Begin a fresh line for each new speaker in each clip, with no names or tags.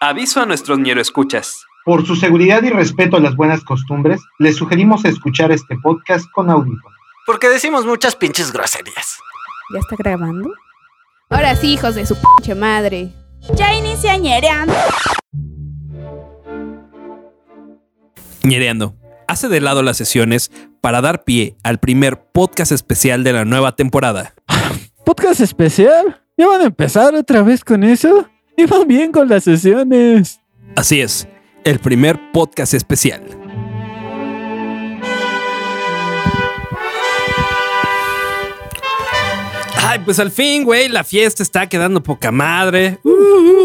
Aviso a nuestros ñeroescuchas.
Por su seguridad y respeto a las buenas costumbres, les sugerimos escuchar este podcast con audífonos.
Porque decimos muchas pinches groserías.
¿Ya está grabando?
Ahora sí, hijos de su pinche madre.
Ya inicia ñereando.
Ñereando hace de lado las sesiones para dar pie al primer podcast especial de la nueva temporada.
¿Podcast especial? ¿Ya van a empezar otra vez con eso? Iban bien con las sesiones.
Así es, el primer podcast especial. Ay, pues al fin, güey, la fiesta está quedando poca madre. Uh,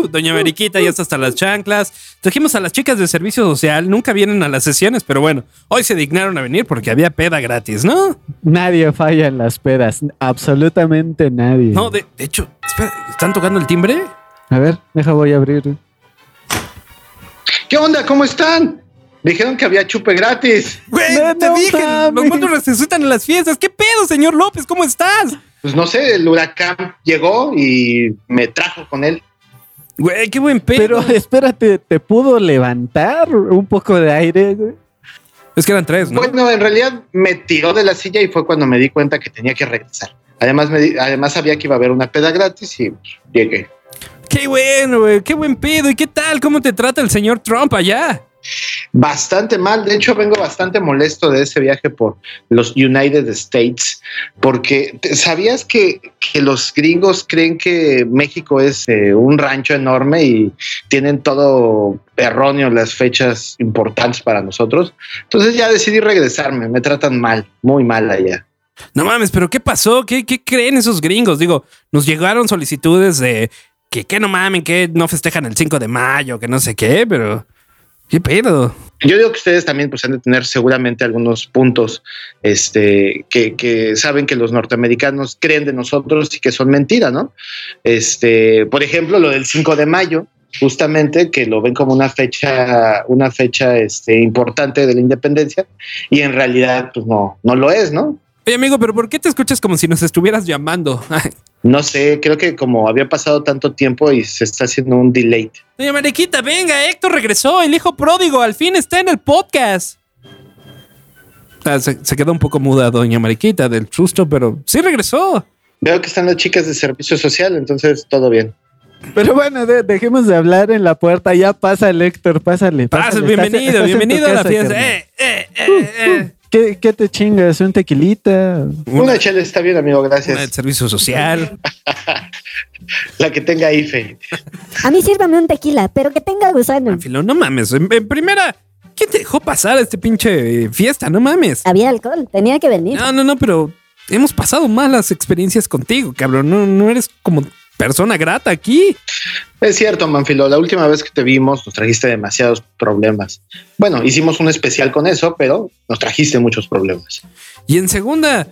uh, Doña Mariquita ya está hasta las chanclas. Trajimos a las chicas de servicio social, nunca vienen a las sesiones, pero bueno, hoy se dignaron a venir porque había peda gratis, ¿no?
Nadie falla en las pedas. Absolutamente nadie.
No, de, de hecho, espera, ¿están tocando el timbre?
A ver, deja, voy a abrir.
¿Qué onda? ¿Cómo están? Dijeron que había chupe gratis.
Güey,
No,
te
no
dije, los
mames.
cuantos resucitan en las fiestas. ¿Qué pedo, señor López? ¿Cómo estás?
Pues no sé, el huracán llegó y me trajo con él.
Güey, qué buen pedo.
Pero espérate, ¿te pudo levantar un poco de aire? güey?
es que eran tres, ¿no?
Bueno, en realidad me tiró de la silla y fue cuando me di cuenta que tenía que regresar. Además, me di- además sabía que iba a haber una peda gratis y llegué.
Qué bueno, güey, qué buen pedo. ¿Y qué tal? ¿Cómo te trata el señor Trump allá?
Bastante mal, de hecho vengo bastante molesto de ese viaje por los United States, porque ¿te- sabías que, que los gringos creen que México es eh, un rancho enorme y tienen todo erróneo las fechas importantes para nosotros. Entonces ya decidí regresarme, me tratan mal, muy mal allá.
No mames, pero ¿qué pasó? ¿Qué, qué creen esos gringos? Digo, nos llegaron solicitudes de que, que no mamen, que no festejan el 5 de mayo, que no sé qué, pero ¿qué pedo?
Yo digo que ustedes también pues, han de tener seguramente algunos puntos este, que, que saben que los norteamericanos creen de nosotros y que son mentira, ¿no? Este, por ejemplo, lo del 5 de mayo, justamente que lo ven como una fecha, una fecha este, importante de la independencia y en realidad pues, no, no lo es, ¿no?
Oye, amigo, pero ¿por qué te escuchas como si nos estuvieras llamando?
No sé, creo que como había pasado tanto tiempo y se está haciendo un delay.
Doña Mariquita, venga, Héctor regresó, el hijo pródigo, al fin está en el podcast. Ah, se, se quedó un poco muda Doña Mariquita del susto, pero sí regresó.
Veo que están las chicas de servicio social, entonces todo bien.
Pero bueno, de- dejemos de hablar en la puerta. Ya pasa, Héctor, pásale.
Pasa,
pásale. Estás-
bienvenido,
estás en tu
bienvenido a la
casa,
fiesta.
carnal.
Eh, eh, eh, eh.
¿Qué, qué te chingas? ¿Un tequilita?
Una, chela está bien, amigo,
Una de
gracias.
eh. servicio social.
La que tenga E. IFE.
A mí sírvame un tequila, pero que tenga gusano.
Anfilón, no mames. En, en primera, ¿quién te dejó pasar a este pinche eh, fiesta? No mames.
Había alcohol, tenía que venir.
No, no, no, pero hemos pasado malas experiencias contigo, cabrón. No, no eres como persona grata aquí.
Es cierto, Manfilo, la última vez que te vimos nos trajiste demasiados problemas. Bueno, hicimos un especial con eso, pero nos trajiste muchos problemas.
Y en segunda,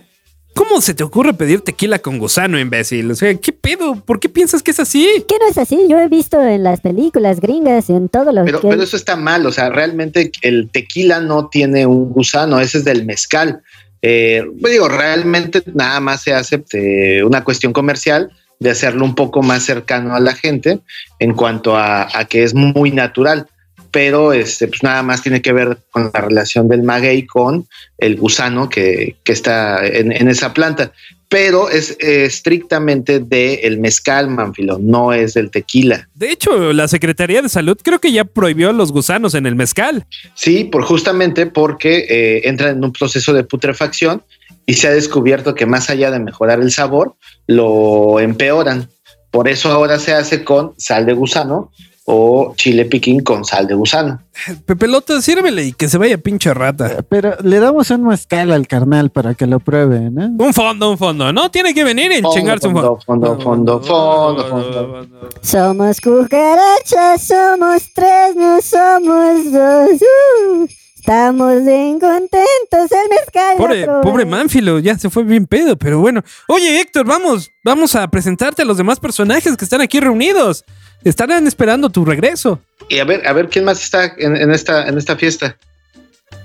¿cómo se te ocurre pedir tequila con gusano, imbécil? O sea, ¿qué pedo? ¿Por qué piensas que es así?
¿Qué no es así? Yo he visto en las películas gringas y en todo lo
Pero,
que...
pero eso está mal, o sea, realmente el tequila no tiene un gusano, ese es del mezcal. Eh, pues digo, realmente nada más se hace eh, una cuestión comercial de hacerlo un poco más cercano a la gente en cuanto a, a que es muy natural, pero este, pues nada más tiene que ver con la relación del maguey con el gusano que, que está en, en esa planta. Pero es eh, estrictamente del mezcal, Manfilo, no es del tequila.
De hecho, la Secretaría de Salud creo que ya prohibió los gusanos en el mezcal.
Sí, por justamente porque eh, entra en un proceso de putrefacción y se ha descubierto que más allá de mejorar el sabor, lo empeoran. Por eso ahora se hace con sal de gusano o chile piquín con sal de gusano.
Pepelota, sírvele y que se vaya pinche rata.
Pero le damos un mezcal al carnal para que lo pruebe, ¿no?
Un fondo, un fondo. No, tiene que venir y
Fondo,
chingarse un fondo.
fondo, fondo, fondo, fondo, fondo.
Somos cucarachas, somos tres, no somos dos. Uh, estamos bien contentos, el mezcal.
Pobre,
otro.
pobre Manfilo, ya se fue bien pedo, pero bueno. Oye, Héctor, vamos, vamos a presentarte a los demás personajes que están aquí reunidos. Estarán esperando tu regreso.
Y a ver, a ver quién más está en, en esta, en esta fiesta.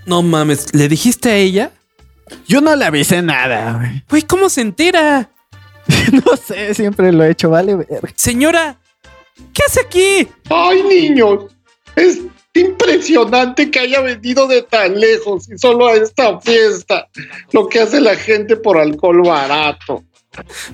No mames, ¿le dijiste a ella?
Yo no le avisé nada, güey.
Güey, ¿cómo se Pues, entera?
No sé, siempre lo he hecho, vale. verga.
Señora, ¿Qué hace aquí?
¡Ay, niños! Es impresionante que haya venido de tan lejos y solo a esta fiesta. Lo que hace la gente por alcohol barato.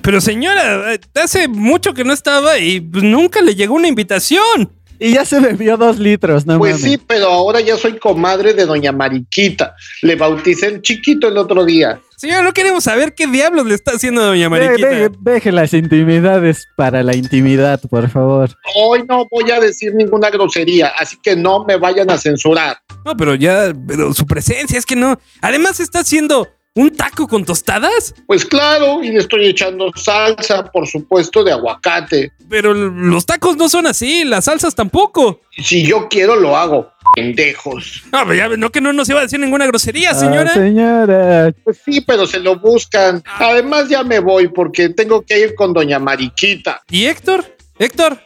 Pero señora, eh, hace mucho que no estaba y pues, nunca le llegó una invitación.
Y ya se bebió dos litros, no
Pues
mames.
sí, pero ahora ya soy comadre de doña Mariquita. Le bauticé el chiquito el otro día.
Señora, no queremos saber qué diablos le está haciendo a doña
De-
Mariquita.
de- deje las intimidades para la intimidad, por favor.
Hoy no voy a decir ninguna grosería, así que no me vayan a censurar.
No, pero ya, pero su presencia es que no. Además está haciendo un taco con tostadas,
Pues claro, y le estoy echando salsa, por supuesto, de aguacate.
pero l- los tacos no son así, las salsas tampoco.
Si yo quiero, lo hago. Pendejos.
Ah, pero ya, no que no nos iba a decir ninguna grosería, señora.
Ah, señora.
Pues sí, pero se lo buscan. Además, ya me voy porque tengo que ir con doña Mariquita.
¿Y Héctor? Héctor,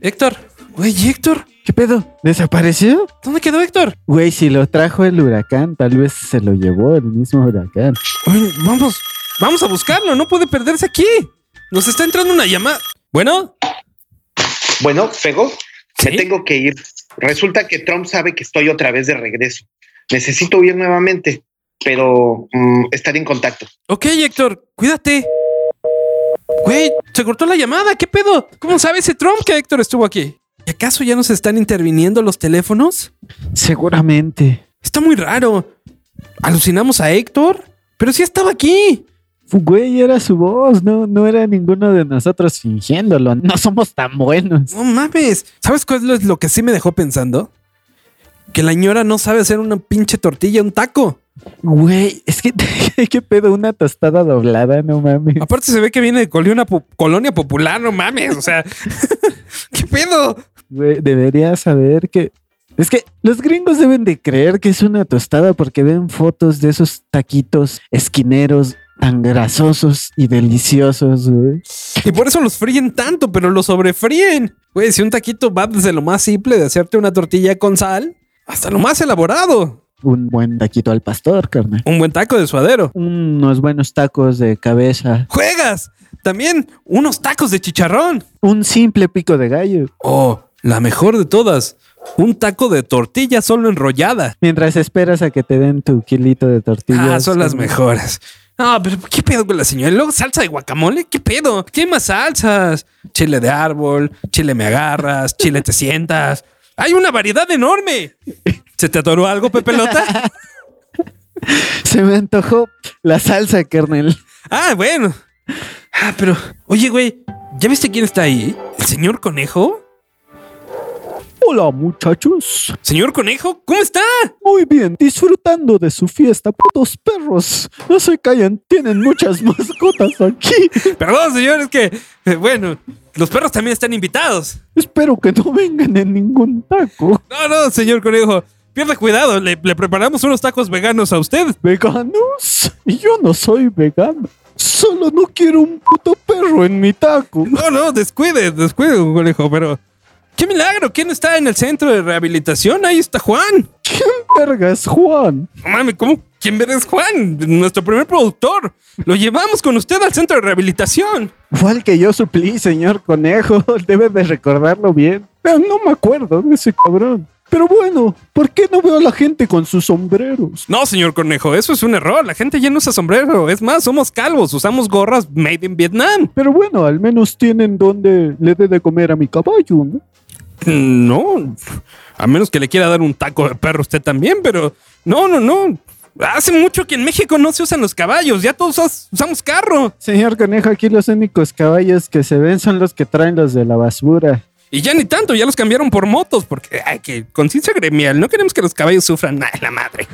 Héctor, güey, ¿y Héctor,
¿Qué pedo? ¿Desapareció?
¿dónde quedó Héctor?
Güey, si lo trajo el huracán, tal vez se lo llevó el mismo huracán.
Ay, vamos, vamos a buscarlo, no puede perderse aquí. Nos está entrando una llamada. Bueno,
Bueno, Fego,
¿Sí?
me tengo que ir. Resulta que Trump sabe que estoy otra vez de regreso. Necesito ir nuevamente, pero mm, estaré en contacto.
ok, Héctor, cuídate. Güey, se cortó la llamada, ¿qué pedo? ¿Cómo sabe ese Trump que Héctor estuvo aquí? ¿Y acaso ya nos están interviniendo los teléfonos?
Seguramente.
Está muy raro. ¿Alucinamos a Héctor? Pero sí estaba aquí.
Fu- Güey, era su voz, no, no era ninguno de nosotros fingiéndolo. No somos tan buenos.
No mames. ¿Sabes cuál es lo que sí me dejó pensando? Que la ñora no sabe hacer una pinche tortilla, un taco.
Güey, es que qué pedo, una tostada doblada, no mames.
Aparte se ve que viene de colonia, po- colonia popular, no mames. O sea, ¿qué pedo?
Güey, debería saber que. Es que los gringos deben de creer que es una tostada porque ven fotos de esos taquitos esquineros tan grasosos y deliciosos, güey.
Y por eso los fríen tanto, pero los sobrefríen. Güey, si un taquito va desde lo más simple de hacerte una tortilla con sal hasta lo más elaborado.
Un buen taquito al pastor, carnal.
Un buen taco de suadero.
Unos buenos tacos de cabeza.
Juegas. También unos tacos de chicharrón.
Un simple pico de gallo.
Oh, la mejor de todas. Un taco de tortilla solo enrollada.
Mientras esperas a que te den tu kilito de tortillas.
ah, son las
carnal.
mejores. Ah, pero ¿qué pedo con la señora? ¿Y luego salsa de guacamole? ¿Qué pedo? ¿Qué hay más salsas? Chile de árbol, chile me agarras, chile te sientas. ¡Hay una variedad enorme! ¿Se te atoró algo, Pepe Lota?
Se me antojó la salsa, carnal.
Ah, bueno. Ah, pero, oye, güey, ¿ya viste quién está ahí? ¿El señor Conejo?
Hola, muchachos.
¿Señor Conejo? ¿Cómo está?
Muy bien, disfrutando de su fiesta, putos perros. No se callan, tienen muchas mascotas aquí.
Perdón, señor, es que, eh, bueno, los perros también están invitados.
Espero que no vengan en ningún taco.
No, no, señor conejo. Pierda cuidado, le, le preparamos unos tacos veganos a usted.
¿Veganos? Yo no soy vegano. Solo no quiero un puto perro en mi taco.
No, no, descuide, descuide, don conejo, pero... ¡Qué milagro! ¿Quién está en el centro de rehabilitación? Ahí está Juan.
¿Quién vergas, Juan?
No mames, ¿cómo? ¿Quién eres Juan? Nuestro primer productor. Lo llevamos con usted al centro de rehabilitación.
Fue al que yo suplí, señor conejo. Debe de recordarlo bien. Pero no me acuerdo de ese cabrón. Pero bueno, ¿por qué no veo a la gente con sus sombreros?
No, señor conejo, eso es un error. La gente ya no usa sombrero. Es más, somos calvos, usamos gorras made in Vietnam.
Pero bueno, al menos tienen donde le dé de comer a mi caballo, ¿no?
No, a menos que le quiera dar un taco de perro a usted también, pero no, no, no. Hace mucho que en México no se usan los caballos, ya todos us- usamos carro.
Señor Conejo, aquí los únicos caballos que se ven son los que traen los de la basura.
Y ya ni tanto, ya los cambiaron por motos, porque hay que conciencia gremial, no queremos que los caballos sufran nada la madre.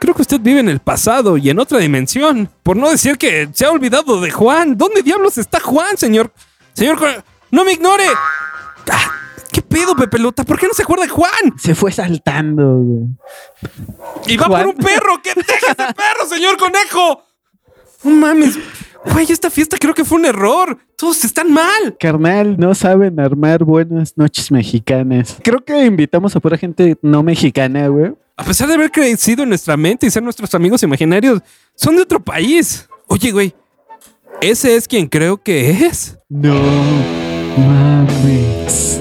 Creo que usted vive en el pasado y en otra dimensión, por no decir que se ha olvidado de Juan. ¿Dónde diablos está Juan, señor? Señor, Cor- no me ignore. Ah, ¿Qué pedo, Pepelota? ¿Por qué no se acuerda de Juan?
Se fue saltando, güey.
Y va
Juan.
por un perro. ¡Que deja ese perro, señor conejo! No mames. Güey, esta fiesta creo que fue un error. Todos están mal.
Carnal, no saben armar buenas noches mexicanas. Creo que invitamos a pura gente no mexicana, güey.
A pesar de haber crecido en nuestra mente y ser nuestros amigos imaginarios, son de otro país. Oye, güey, ese es quien creo que es.
No mames.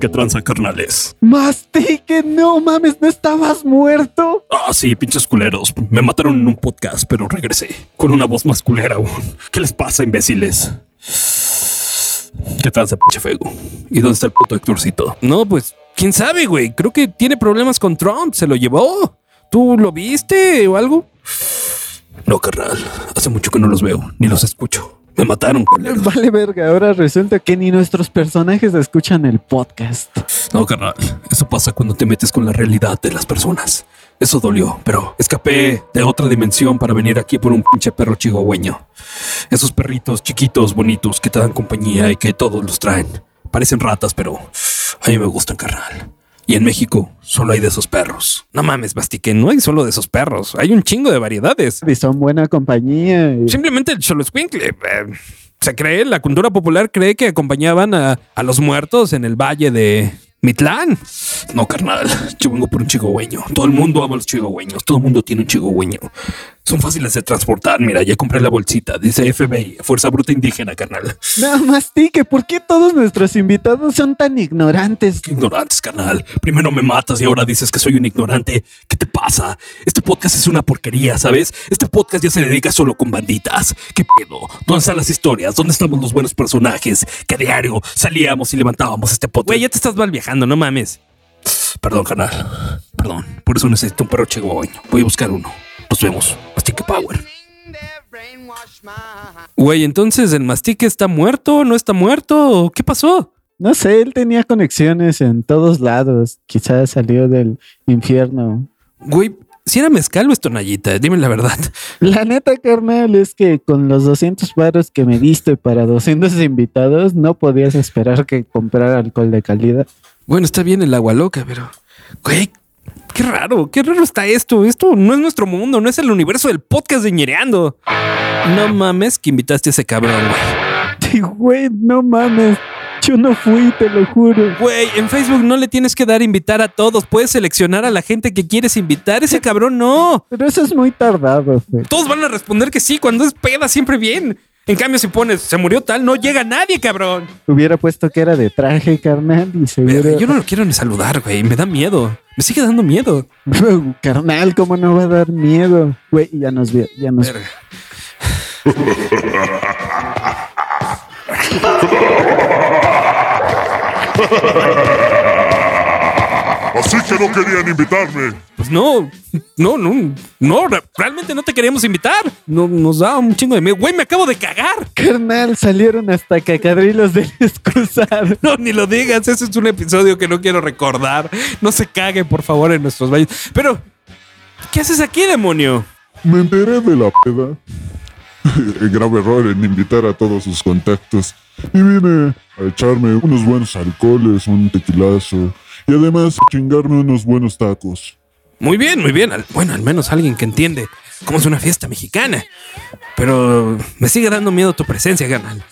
¿Qué tranza, carnales?
Mastique, no mames, no estabas muerto.
Ah, sí, pinches culeros. Me mataron en un podcast, pero regresé con una voz más culera aún. ¿Qué les pasa, imbéciles? ¿Qué tranza, pinche fego? ¿Y dónde está el puto Héctorcito?
No, pues, quién sabe, güey. Creo que tiene problemas con Trump. Se lo llevó. ¿Tú lo viste o algo?
No, carnal. Hace mucho que no los veo, ni los escucho. Me mataron, culeros.
Vale verga, ahora resulta que ni nuestros personajes escuchan el podcast.
No, carnal. Eso pasa cuando te metes con la realidad de las personas. Eso dolió, pero escapé de otra dimensión para venir aquí por un pinche perro chihuahueño. Esos perritos chiquitos, bonitos, que te dan compañía y que todos los traen. Parecen ratas, pero a mí me gustan, carnal. Y en México solo hay de esos perros.
No mames, Bastique, no hay solo de esos perros. Hay un chingo de variedades.
Y son buena compañía. y-
Simplemente el Choloscuincle. eh, se cree, la cultura popular cree que acompañaban a, a los muertos en el valle de Mitlán.
No, carnal. Yo vengo por un chihuahueño. Todo el mundo ama a los chihuahueños. Todo el mundo tiene un chihuahueño. Son fáciles de transportar. Mira, ya compré la bolsita. Dice FBI, Fuerza Bruta Indígena, carnal.
No, mastique, ¿por qué todos nuestros invitados son tan ignorantes?
Qué ignorantes, carnal. Primero me matas y ahora dices que soy un ignorante. ¿Qué te pasa? Este podcast es una porquería, ¿sabes? Este podcast ya se dedica solo con banditas. ¿Qué pedo? ¿Dónde están las historias? ¿Dónde estamos los buenos personajes? Que a diario salíamos y levantábamos este podcast.
Güey, ya te estás mal viajando, no mames.
Perdón, carnal. Perdón. Por eso necesito un perro chihuahueño. Voy a buscar uno. Nos vemos. Mastique Power.
Güey, entonces el mastique está muerto, no está muerto. ¿Qué pasó?
No sé, él tenía conexiones en todos lados. Quizás salió del infierno.
Güey, si era mezcal o es tonallita, dime la verdad.
La neta, carnal, es que con los 200 varos que me diste para 200 invitados, no podías esperar que comprara alcohol de calidad.
Bueno, está bien el agua loca, pero. Güey, qué raro, qué raro está esto. Esto no es nuestro mundo, no es el universo del podcast de ñereando. No mames que invitaste a ese cabrón, güey.
Sí, Güey, no mames. Yo no fui, te lo juro.
Güey, en Facebook no le tienes que dar invitar a todos. Puedes seleccionar a la gente que quieres invitar. Ese cabrón no.
Pero eso es muy tardado, güey.
Todos van a responder que sí. Cuando es peda, siempre bien. En cambio, si pones se murió tal, no llega nadie, cabrón.
Hubiera puesto que era de traje, carnal, y seguro...
Eh, Yo no lo quiero ni saludar, güey. Me da miedo. Me sigue dando miedo.
carnal, ¿cómo no va a dar miedo? Güey, ya nos vio, ya nos
Verga.
Así que no querían invitarme.
Pues no, no, no, no, re- realmente no te queríamos invitar. No, nos da un chingo de miedo. Güey, me acabo de cagar.
Carnal, salieron hasta cacadrilos del excusado.
No, ni lo digas. Ese es un episodio que no quiero recordar. No se cague, por favor, en nuestros baños. Pero, ¿qué haces aquí, demonio?
Me enteré de la peda. El grave error en invitar a todos sus contactos. Y vine a echarme unos buenos alcoholes, un tequilazo. Y además a chingarme unos buenos tacos.
Muy bien, muy bien. Al- Bueno, al menos alguien que entiende cómo es una fiesta mexicana. Pero me sigue dando miedo tu presencia, Ganal.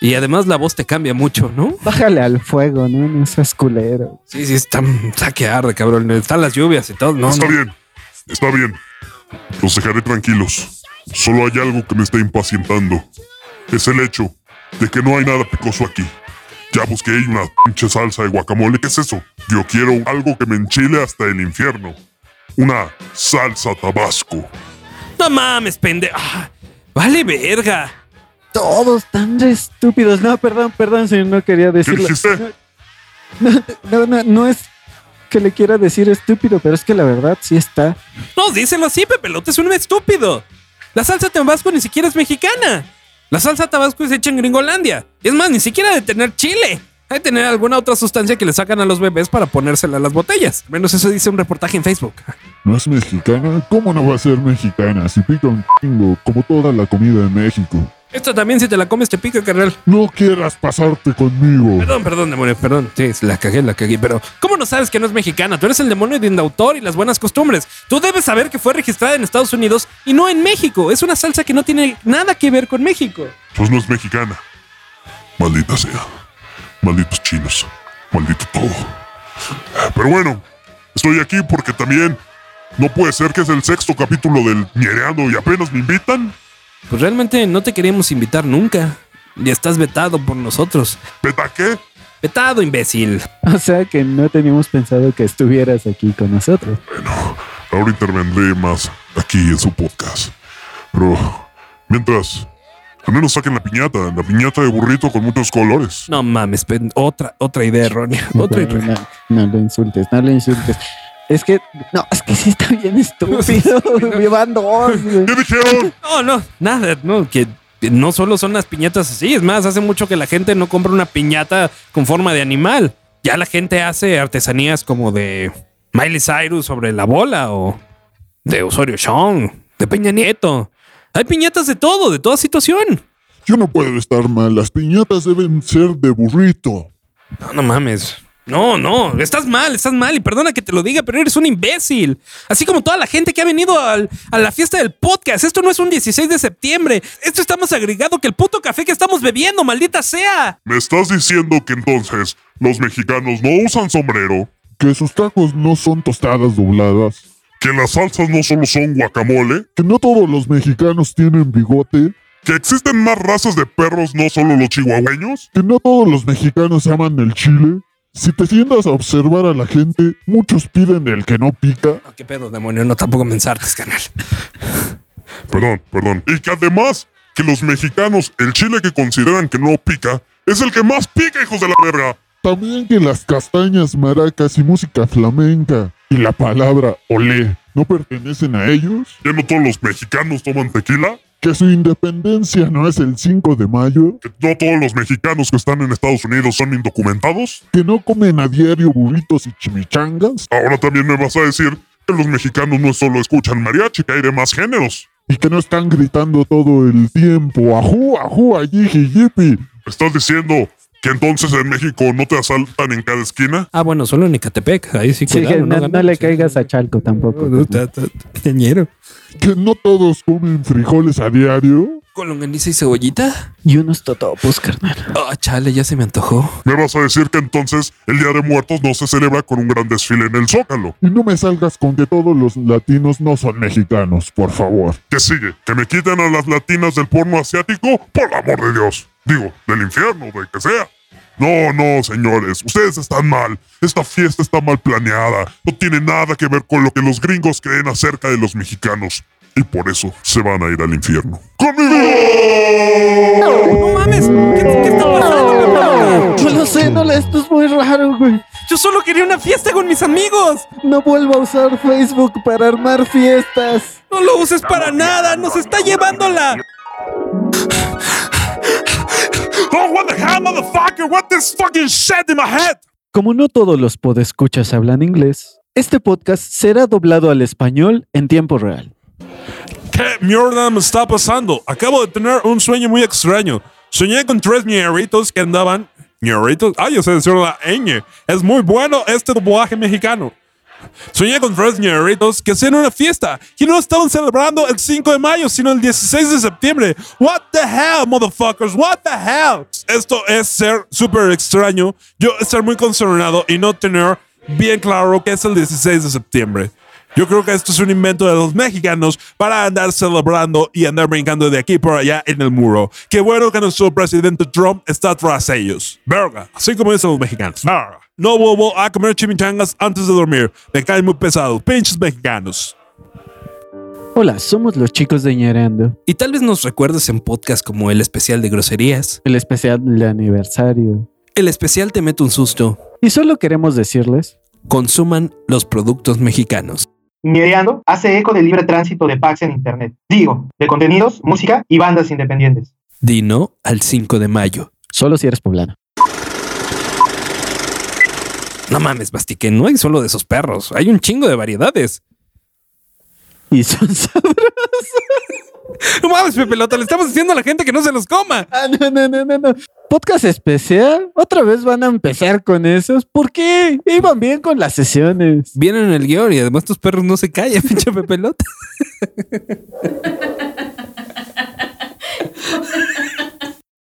Y además la voz te cambia mucho, ¿no?
Bájale al fuego, ¿no? No seas culero.
Sí, sí, está, está que arde, cabrón. Están las lluvias y todo. No,
está
no.
bien, está bien. Los dejaré tranquilos. Solo hay algo que me está impacientando. Es el hecho de que no hay nada picoso aquí. Ya busqué una pinche salsa de guacamole. ¿Qué es eso? Yo quiero algo que me enchile hasta el infierno. Una salsa tabasco.
No mames, pendejo. Ah, vale, verga.
Todos tan estúpidos. No, perdón, perdón, señor, no quería
¿Qué
decirlo.
dijiste?
No, no, no es que le quiera decir estúpido, pero es que la verdad sí está.
No, díselo así, Pepelote, es un estúpido. La salsa tabasco ni siquiera es mexicana. La salsa tabasco es hecha en Gringolandia. Es más, ni siquiera de tener chile. Hay que tener alguna otra sustancia que le sacan a los bebés para ponérsela a las botellas. Al menos eso dice un reportaje en Facebook.
¿No es mexicana? ¿Cómo no va a ser mexicana si pica un chingo como toda la comida de México?
Esto también, si te la comes, te pica, carnal.
No quieras pasarte conmigo.
Perdón, perdón, demonio, perdón. Sí, la cagué, la cagué. Pero, ¿cómo no sabes que no es mexicana? Tú eres el demonio de indautor y las buenas costumbres. Tú debes saber que fue registrada en Estados Unidos y no en México. Es una salsa que no tiene nada que ver con México.
Pues no es mexicana. Maldita sea. Malditos chinos. Maldito todo. Pero bueno, estoy aquí porque también no puede ser que es el sexto capítulo del Ñereando y apenas me invitan.
Pues realmente no te queríamos invitar nunca. Ya estás vetado por nosotros.
¿Peta qué?
Petado, imbécil.
O sea que no teníamos pensado que estuvieras aquí con nosotros.
Ahora intervendré más aquí en su podcast. Pero mientras, al menos saquen la piñata, la piñata de burrito con muchos colores.
No mames, pen- otra, otra idea errónea. Otra
no,
idea.
no, no lo insultes, no lo insultes. Es que, no, es que sí está bien estúpido. Llevan dos, güey.
¿Qué dijeron?
No, no, nada, no, que no solo son las piñatas así, es más, hace mucho que la gente no compra una piñata con forma de animal. Ya la gente hace artesanías como de Miley Cyrus sobre la bola o de Osorio Chong, de Peña Nieto. Hay piñatas de todo, de toda situación.
Yo no puedo estar mal, las piñatas deben ser de burrito.
No, no mames. No, no, estás mal, estás mal y perdona que te lo diga, pero eres un imbécil. Así como toda la gente que ha venido al- a la fiesta del podcast. Esto no es un 16 de septiembre. Esto está más agregado que el puto café que estamos bebiendo, maldita sea.
¿Me estás diciendo que entonces los mexicanos no usan sombrero?
Que sus tacos no son tostadas dobladas.
¿Que las salsas no solo son guacamole?
Que no todos los mexicanos tienen bigote.
¿Que existen más razas de perros no solo los chihuahueños?
Que no todos los mexicanos aman el chile. Si te sientas a observar a la gente, muchos piden el que no pica.
No, qué pedo, demonio, no tampoco pensarte, canal.
Perdón, perdón. Y que además, que los mexicanos, el chile que consideran que no pica, es el que más pica, hijos de la verga.
También que las castañas, maracas y música flamenca y la palabra olé no pertenecen a ellos.
¿Ya no todos los mexicanos toman tequila?
Que su independencia no es el 5 de mayo.
¿Que no todos los mexicanos que están en Estados Unidos son indocumentados?
Que no comen a diario burritos y chimichangas.
Ahora también me vas a decir que los mexicanos no solo escuchan mariachi, que hay de más géneros.
y que no están gritando todo el tiempo, ajú, ajú, allí, jijipi.
¿Estás diciendo que entonces en México no te asaltan en cada esquina?
Ah, bueno, solo en Ecatepec. Ahí sí,
Sí,
cuidado,
que no, no
ganamos,
le
sí.
caigas a Chalco tampoco.
No, ta- ta- Teñero.
que no todos comen frijoles a diario,
¿Con longaniza y cebollita?
Y unos totopos, carnal.
Ah, chale, ya se me antojó.
¿Me vas a decir que entonces el Día de Muertos no se celebra con un gran desfile en el Zócalo?
y no me salgas con que todos los latinos no son mexicanos, por favor.
¿Qué sigue? ¿Que me quiten a las latinas del porno asiático? Por amor de Dios. Digo, del infierno, de que sea. No, no, señores, ustedes están mal. Esta fiesta está mal planeada. No tiene nada que ver con lo que los gringos creen acerca de los mexicanos. Y por eso se van a ir al infierno. ¡Conmigo!
No mames, ¿qué, qué está pasando, cabrón?
No lo sé, no la, esto es muy raro, güey.
Yo solo quería una fiesta con mis amigos.
No vuelvo a usar Facebook para armar fiestas.
No lo uses para nada, nos está llevándola.
Oh, what the hell, motherfucker? What this fucking shit in my head?
Como no todos los podescuchas hablan inglés, este podcast será doblado al español en tiempo real.
¿Qué mierda me está pasando? Acabo de tener un sueño muy extraño. Soñé con tres ñeritos que andaban. ¿Ñeritos? Ay, yo sé decir la ñ. Es muy bueno este doblaje mexicano. Soñé con tres ñeritos que hacían una fiesta que no estaban celebrando el 5 de mayo, sino el 16 de septiembre. What the hell, motherfuckers? What the hell? Esto es ser súper extraño. Yo estar muy concernado y no tener bien claro que es el 16 de septiembre. Yo creo que esto es un invento de los mexicanos para andar celebrando y andar brincando de aquí por allá en el muro. Qué bueno que nuestro presidente Trump está tras ellos. Verga. Así como dicen los mexicanos. Verga. No vuelvo a comer chimichangas antes de dormir. Me caen muy pesados. Pinches mexicanos.
Hola, somos los chicos de Ñereando,
Y tal vez nos recuerdes en podcast como el especial de groserías,
el especial de aniversario.
el especial Te Meto un Susto.
Y solo queremos decirles
Consuman los productos mexicanos.
Ñereando hace eco del libre tránsito de packs en Internet. Digo, de contenidos, música y bandas independientes.
Dino al 5 de mayo.
solo si eres poblano.
No mames, Bastique, no hay solo de esos perros. Hay un chingo de variedades.
Y son sabrosos.
No mames, Pepe Lota, le estamos diciendo a la gente que no se los coma.
Ah, no, no, no, no, no. Podcast especial. Otra vez van a empezar con esos. ¿Por qué? Iban bien con las sesiones.
Vienen en el guión y además tus perros no se callan, pinche Pepe Lota.